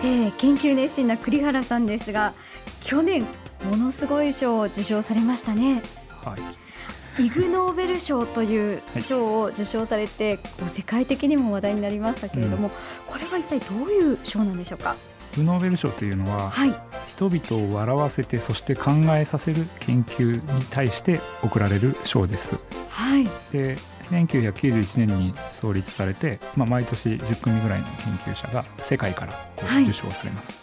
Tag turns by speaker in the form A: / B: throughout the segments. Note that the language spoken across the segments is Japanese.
A: て研究熱心な栗原さんですが去年ものすごい賞を受賞されましたね
B: はい、
A: イグ・ノーベル賞という賞を受賞されて、こう世界的にも話題になりましたけれども、これは一体どういう賞なんでしょうか
B: イグ・ノーベル賞というのは
A: はい
B: 人々を笑わせてそして考えさせる研究に対して贈られる賞です。
A: はい
B: で1991年に創立されて、まあ、毎年10組ぐらいの研究者が世界からこ
A: は
B: う
A: い
B: 受賞されます、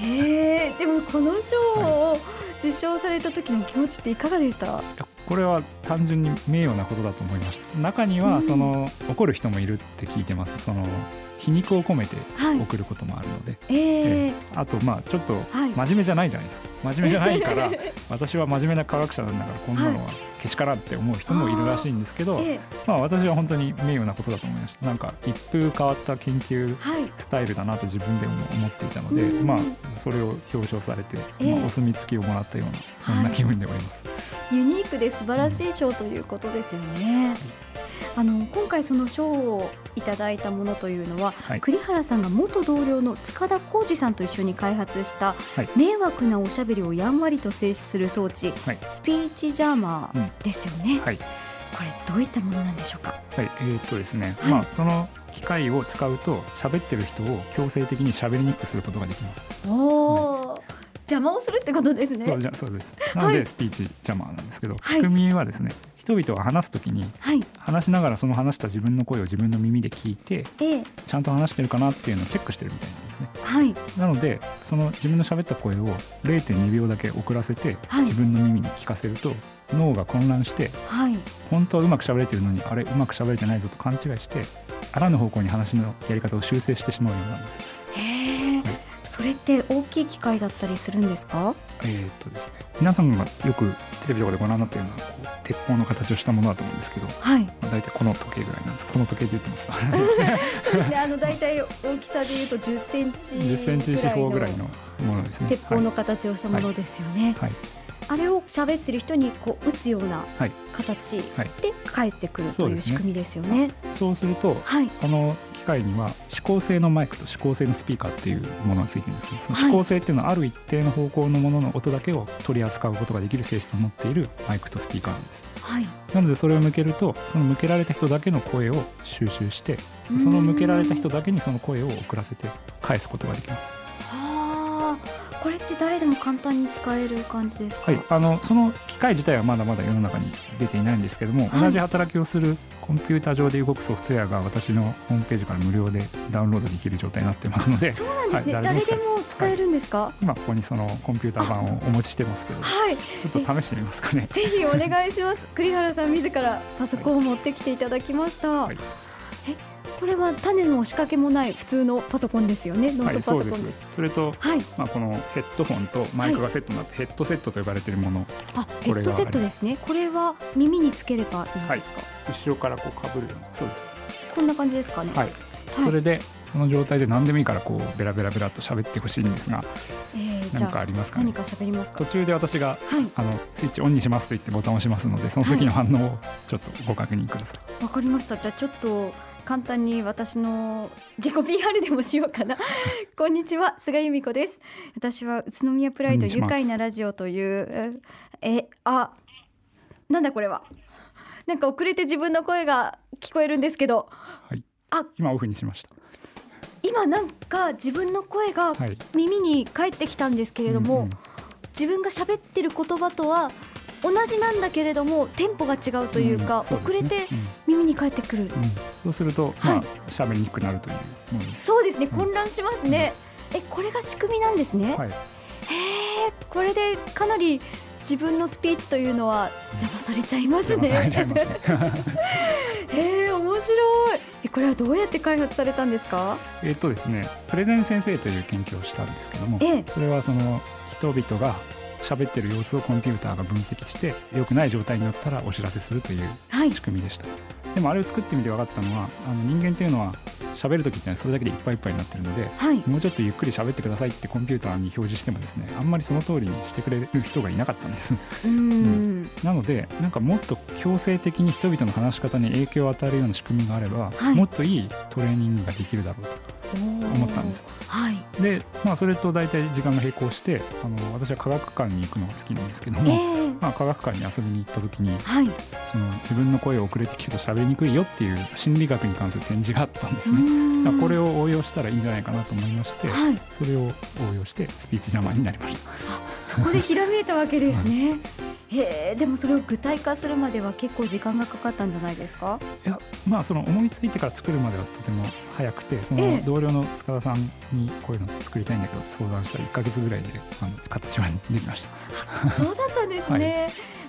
A: えー、でもこの賞を受賞された時の気持ちっていかがでした、
B: いやこれは単純に名誉なことだと思いました中に
A: う
B: は
A: ん
B: その、怒る人もいるって聞いてますその皮肉を込めて
A: はい
B: 送ることもあるので、
A: えー
B: えあとまあちょっと
A: はい
B: 真面目じゃないじゃないですか真面目じゃないから 私は真面目な科学者なんだからこんなのはけしからんって思う人もいるらしいんですけど、
A: えー
B: まあ、私は本当に名誉なことだと思いましたなんか一風変わった研究
A: はい
B: スタイルだなと自分でも思っていたので、
A: うん
B: まあ、それを表彰されて、
A: ええ
B: まあ、お墨付きをもらったようなそんな気分でおります。
A: ユニークで素晴らしい賞ということですよね。あの今回その賞をいただいたものというのは、
B: はい
A: 栗原さんが元同僚の塚田浩二さんと一緒に開発した、
B: はい
A: 迷惑なおしゃべりをやんわりと制止する装置、
B: はい
A: スピーチジャーマーですよね、
B: はい
A: これどういったものなんでしょうか
B: はいえーっとですね、
A: はい
B: まあ、その機械を使うと喋ってる人を強制的に喋りにくくすることができます。
A: おー邪魔をするってことです
B: そう
A: ね
B: じゃそうですなの
A: は
B: で
A: い
B: スピーチジャマーなんですけど、
A: はい
B: 仕組みはですね人々は話すときに
A: はい、
B: 話しながらその話した自分の声を自分の耳で聞いて
A: えー
B: ちゃんと話してるかなっていうのをチェックしてるみたいなんですね。
A: はい
B: なのでその自分の喋った声を0.2秒だけ遅らせて
A: はい
B: 自分の耳に聞かせると、脳が混乱して
A: はい
B: 本当はうまく喋れてるのにあれうまく喋れてないぞと勘違いしてあらぬ方向に話のやり方を修正してしまうようなんです。
A: へえそれって大きい機械だったりするんですか
B: えーっとですね皆さんがよくテレビとかでご覧になってるのはこう鉄砲の形をしたものだと思うんですけど、ま
A: はい
B: あ、大体この時計ぐらいなんですこの時計って言ってます。
A: そうですね。あの大体大きさでいうと10センチ
B: 10センチ四方ぐらいのものですね。
A: 鉄砲
B: は
A: の形をしたものですよね。
B: はい
A: あれを喋ってる人にこう打つような
B: はい
A: 形で
B: はい
A: 返ってくると
B: そう
A: いう
B: です
A: 仕
B: ね
A: 組みですよね。
B: いそうすると
A: はい。
B: この機械には指向性のマイクと指向性のスピーカーっていうものがついてるんですけどその
A: はい
B: 指向性っていうのはある一定の方向のものの音だけを取り扱うことができる性質を持っているマイクとスピーカーなんです
A: はい。
B: なのでそれを向けるとその向けられた人だけの声を収集して
A: うん
B: その向けられた人だけにその声を送らせて返すことができます
A: はあ。これって誰でも簡単に使える感じですか。
B: はい、あのその機械自体はまだまだ世の中に出ていないんですけども、
A: はい
B: 同じ働きをするコンピューター上で動くソフトウェアが私のホームページから無料でダウンロードできる状態になってますので
A: そうなんですね。
B: は
A: 誰
B: い誰
A: で
B: で
A: も使えるんですか。
B: 今ここにそのコンピューター版をお持ちしてますけどち
A: はい。
B: ょっと試してみますかね。
A: ぜひお願いします。 栗原さん自らパソコンを持ってきていただきました。
B: い
A: え、これは種の仕掛けもない普通のパソコンですよね。ノート
B: はい、
A: パソ
B: そ
A: コン
B: うで
A: ですす。
B: それと、
A: はい、
B: まあ、このヘッドホンとマイクがセットになってヘッドセットと呼ばれているもの、
A: あ、ヘ
B: こ
A: ッ
B: れ
A: ド
B: が
A: セットですね。これは耳につければいいんですか。
B: 後ろからこうかぶるようなそうです、
A: こんな感じですかね。
B: はいそれでその状態で何でもいいからこうベラベラベラっと喋ってほしいんですが
A: えー、じゃ
B: 何か
A: あ
B: ありますか
A: 何
B: ね
A: か喋りますか。
B: 途中で私が
A: はい、
B: あのスイッチオンにしますと言ってボタンを押しますのでその時の反応をちょっとご確認ください、
A: わかりました。じゃあちょっと簡単に私の自己 PR でもしようか な。こんにちは、菅由美子です。私は宇都宮プライド
B: お願いし
A: 愉
B: ます
A: 快なラジオというえあなんだこれは。なんか遅れて自分の声が聞こえるんですけど、
B: はい、
A: あ
B: 今オフにしました
A: 今なんか自分の声が
B: はい
A: 耳に返ってきたんですけれども、
B: うんうん
A: 自分が喋ってる言葉とは同じなんだけれどもテンポが違うというか、
B: ん
A: 遅
B: そです
A: れ
B: ね
A: て
B: うん
A: 耳に返ってくる
B: うんそうすると、
A: はい
B: まあ喋りにくくなるというものです。
A: そうですね
B: うん
A: 混乱しますね、えこれが仕組みなんですね、
B: はい、
A: へえこれでかなり自分のスピーチというのは邪魔されちゃいますね
B: 邪魔されちゃいますね
A: へ え面白いえこれはどうやって開発されたんですか
B: えっとですね、プレゼン先生という研究をしたんですけども
A: ええ、
B: それはその人々が喋ってる様子をコンピューターが分析して、良くない状態になったらお知らせするという
A: はい
B: 仕組みでした。でもあれを作ってみて分かったのは、あの人間というのは喋る時ってのはそれだけでいっぱいいっぱいになってるので
A: はい
B: もうちょっとゆっくり喋ってくださいってコンピューターに表示してもですねあんまりその通りにしてくれる人がいなかったんです
A: うーん
B: なのでなんかもっと強制的に人々の話し方に影響を与えるような仕組みがあれば、
A: はい
B: もっといいトレーニングができるだろうと思ったんです。
A: おーはい
B: で、まあ、それと大体時間が並行してあの私は科学館に行くのが好きなんですけど
A: え
B: も、
A: え
B: まあ、科学館に遊びに行った時に
A: はい、
B: その自分の声を遅れて聞くと喋りにくいよっていう心理学に関する展示があったんですね。だからこれ
A: を
B: を応用したらいいんじゃないかなと思いまして
A: はい
B: それを応用してスピーチジャマーになりました。
A: そこでひらめいたわけですね。へえでもそれを具体化するまでは結構時間がかかったんじゃないです か。
B: いやまあその思いついてから作るまではとても早くてそ
A: ええ
B: の同僚の塚田さんにこういうの作りたいんだけどって相談したら1か月ぐらいであの形はできました、
A: そうだったんですね。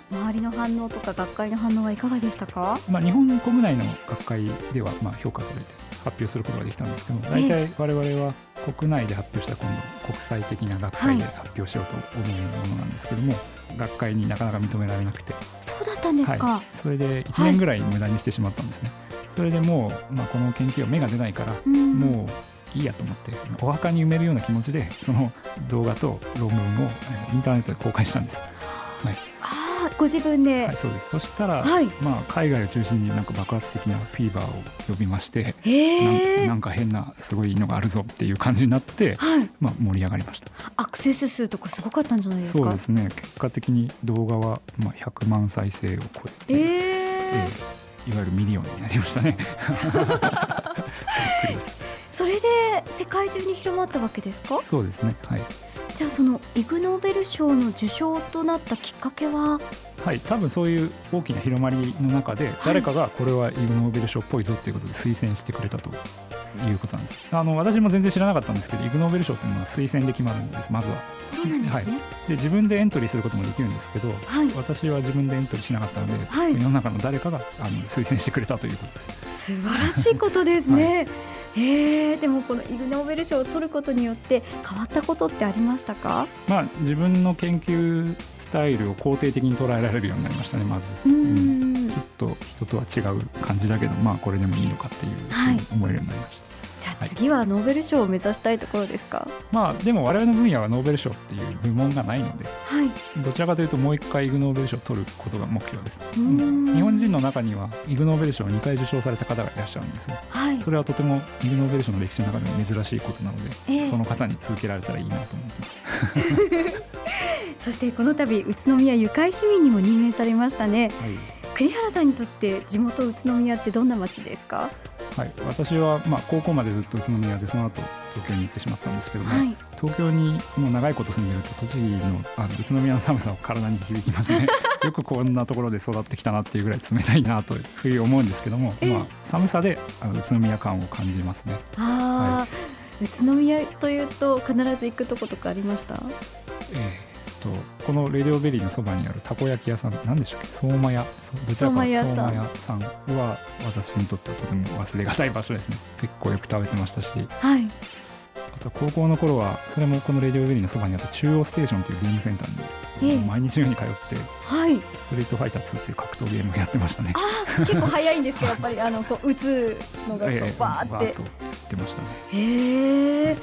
A: 周りの反応とか学会の反応はいかがでしたか。
B: まあ、日本国内の学会ではまあ評価されて発表することができたんですけど大体我々は国内で発表したら今度国際的な学会で
A: は
B: 発表しようと思うものなんですけども、学会になかなか認められなくて
A: そうだったんですか。
B: はい、それで1年ぐらい無駄にしてしまったんですね、それでもう、まあ、この研究は芽が出ないから
A: うん
B: もういいやと思ってお墓に埋めるような気持ちでその動画と論文をあのインターネットで公開したんです、
A: ああご自分で。
B: はい、そうですそしたら、
A: はい
B: まあ、海外を中心になんか爆発的なフィーバーを呼びまして
A: へ
B: な
A: え
B: んなんか変なすごいのがあるぞっていう感じになって、
A: はい
B: まあ、盛り上がりました
A: アクセス数とかすごかったんじゃないですか。
B: そうですね結果的に動画はまあ100万再生を超えて、
A: え
B: え
A: え
B: えいわゆるミリオンになりましたねびっくりです
A: それで世界中に広まったわけですか。
B: そうですねはい
A: じゃあそのイグノーベル賞の受賞となったきっかけは。
B: はい、多分そういう大きな広まりの中で誰かがこれはイグ・ノーベル賞っぽいぞっていうことで推薦してくれたということなんですあの私も全然知らなかったんですけどイグ・ノーベル賞っていうのは推薦で決まるんですまずは
A: そうなんですね。
B: で自分でエントリーすることもできるんですけど
A: はい。
B: 私は自分でエントリーしなかったので、
A: はい
B: 世の中の誰かがあの推薦してくれたということです
A: 素晴らしいことですね。へえでもこのイグ・ノーベル賞を取ることによって変わったことってありましたか？
B: まあ自分の研究スタイルを肯定的に捉えられるようになりましたねまず
A: うーん。
B: ちょっと人とは違う感じだけどまあこれでもいいのかっていうふうに思えるようになりました、
A: じゃあ次はノーベル賞を目指したいところですか？
B: まあでも我々の分野はノーベル賞っていう部門がないので
A: はい。
B: どちらかというともう一回イグ・ノーベル賞を取ることが目標です
A: うーん
B: 日本人の中にはイグ・ノーベル賞を2回受賞された方がいらっしゃるんですよ
A: はい。
B: それはとてもイグ・ノーベル賞の歴史の中でも珍しいことなので、
A: ええ
B: その方に続けられたらいいなと思ってます
A: そしてこの度宇都宮ゆかい市民にも任命されましたね。
B: はい、
A: 栗原さんにとって地元宇都宮ってどんな町ですか？
B: はい私はまあ高校までずっと宇都宮でその後東京に行ってしまったんですけども、
A: はい。
B: 東京にもう長いこと住んでると栃木のあの宇都宮の寒さは体に響きます ねよくこんなところで育ってきたなっていうぐらい冷たいなと冬思うんですけども、
A: ええ
B: まあ、寒さであの宇都宮感を感じますね
A: ああ、宇都宮というと必ず行くとことかありました？
B: えーっとこのレディオベリーのそばにあるたこ焼き屋さん何でしたっけ相馬屋そうどちら
A: 相
B: か
A: 馬屋さん
B: 相馬屋さんは私にとってはとても忘れがたい場所ですね結構よく食べてましたし
A: はい。
B: あと高校の頃はそれもこのレディオベリーのそばにあった中央ステーションというゲームセンターに、
A: ええ
B: 毎日のように通って
A: はい。
B: ストリートファイター2っていう格闘ゲームをやってましたね。
A: 結構早いんですけどやっぱりあのこう打つ のがこ
B: ええ
A: うバーっ
B: や
A: て。
B: ってましたね。
A: へえ。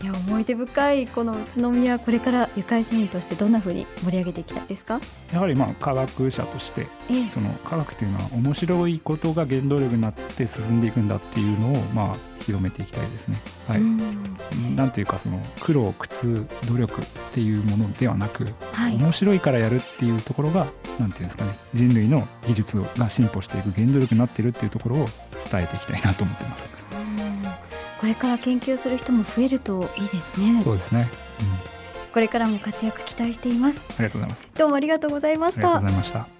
A: いや思い出深いこの宇都宮これからゆかい市民としてどんな風に盛り上げていきたいですか。
B: やはりまあ科学者として
A: ええ。
B: その科学というのは面白いことが原動力になって進んでいくんだっていうのをまあ広めていきたいですね。は
A: う
B: い。
A: ん
B: なんていうかその苦労苦痛努力っていうものではなく、
A: はい。
B: 面白いからやるっていうところがなんていうんですかね人類の技術が進歩していく原動力になっているっていうところを伝えていきたいなと思ってます。
A: うんこれから研究する人も増えるといいですね
B: そ。うですね。うん、あ
A: これからも活躍期待しています。
B: りがとうございます。
A: どうもありがとうござい
B: あ
A: まし
B: りがと
A: た
B: うご。ざいました。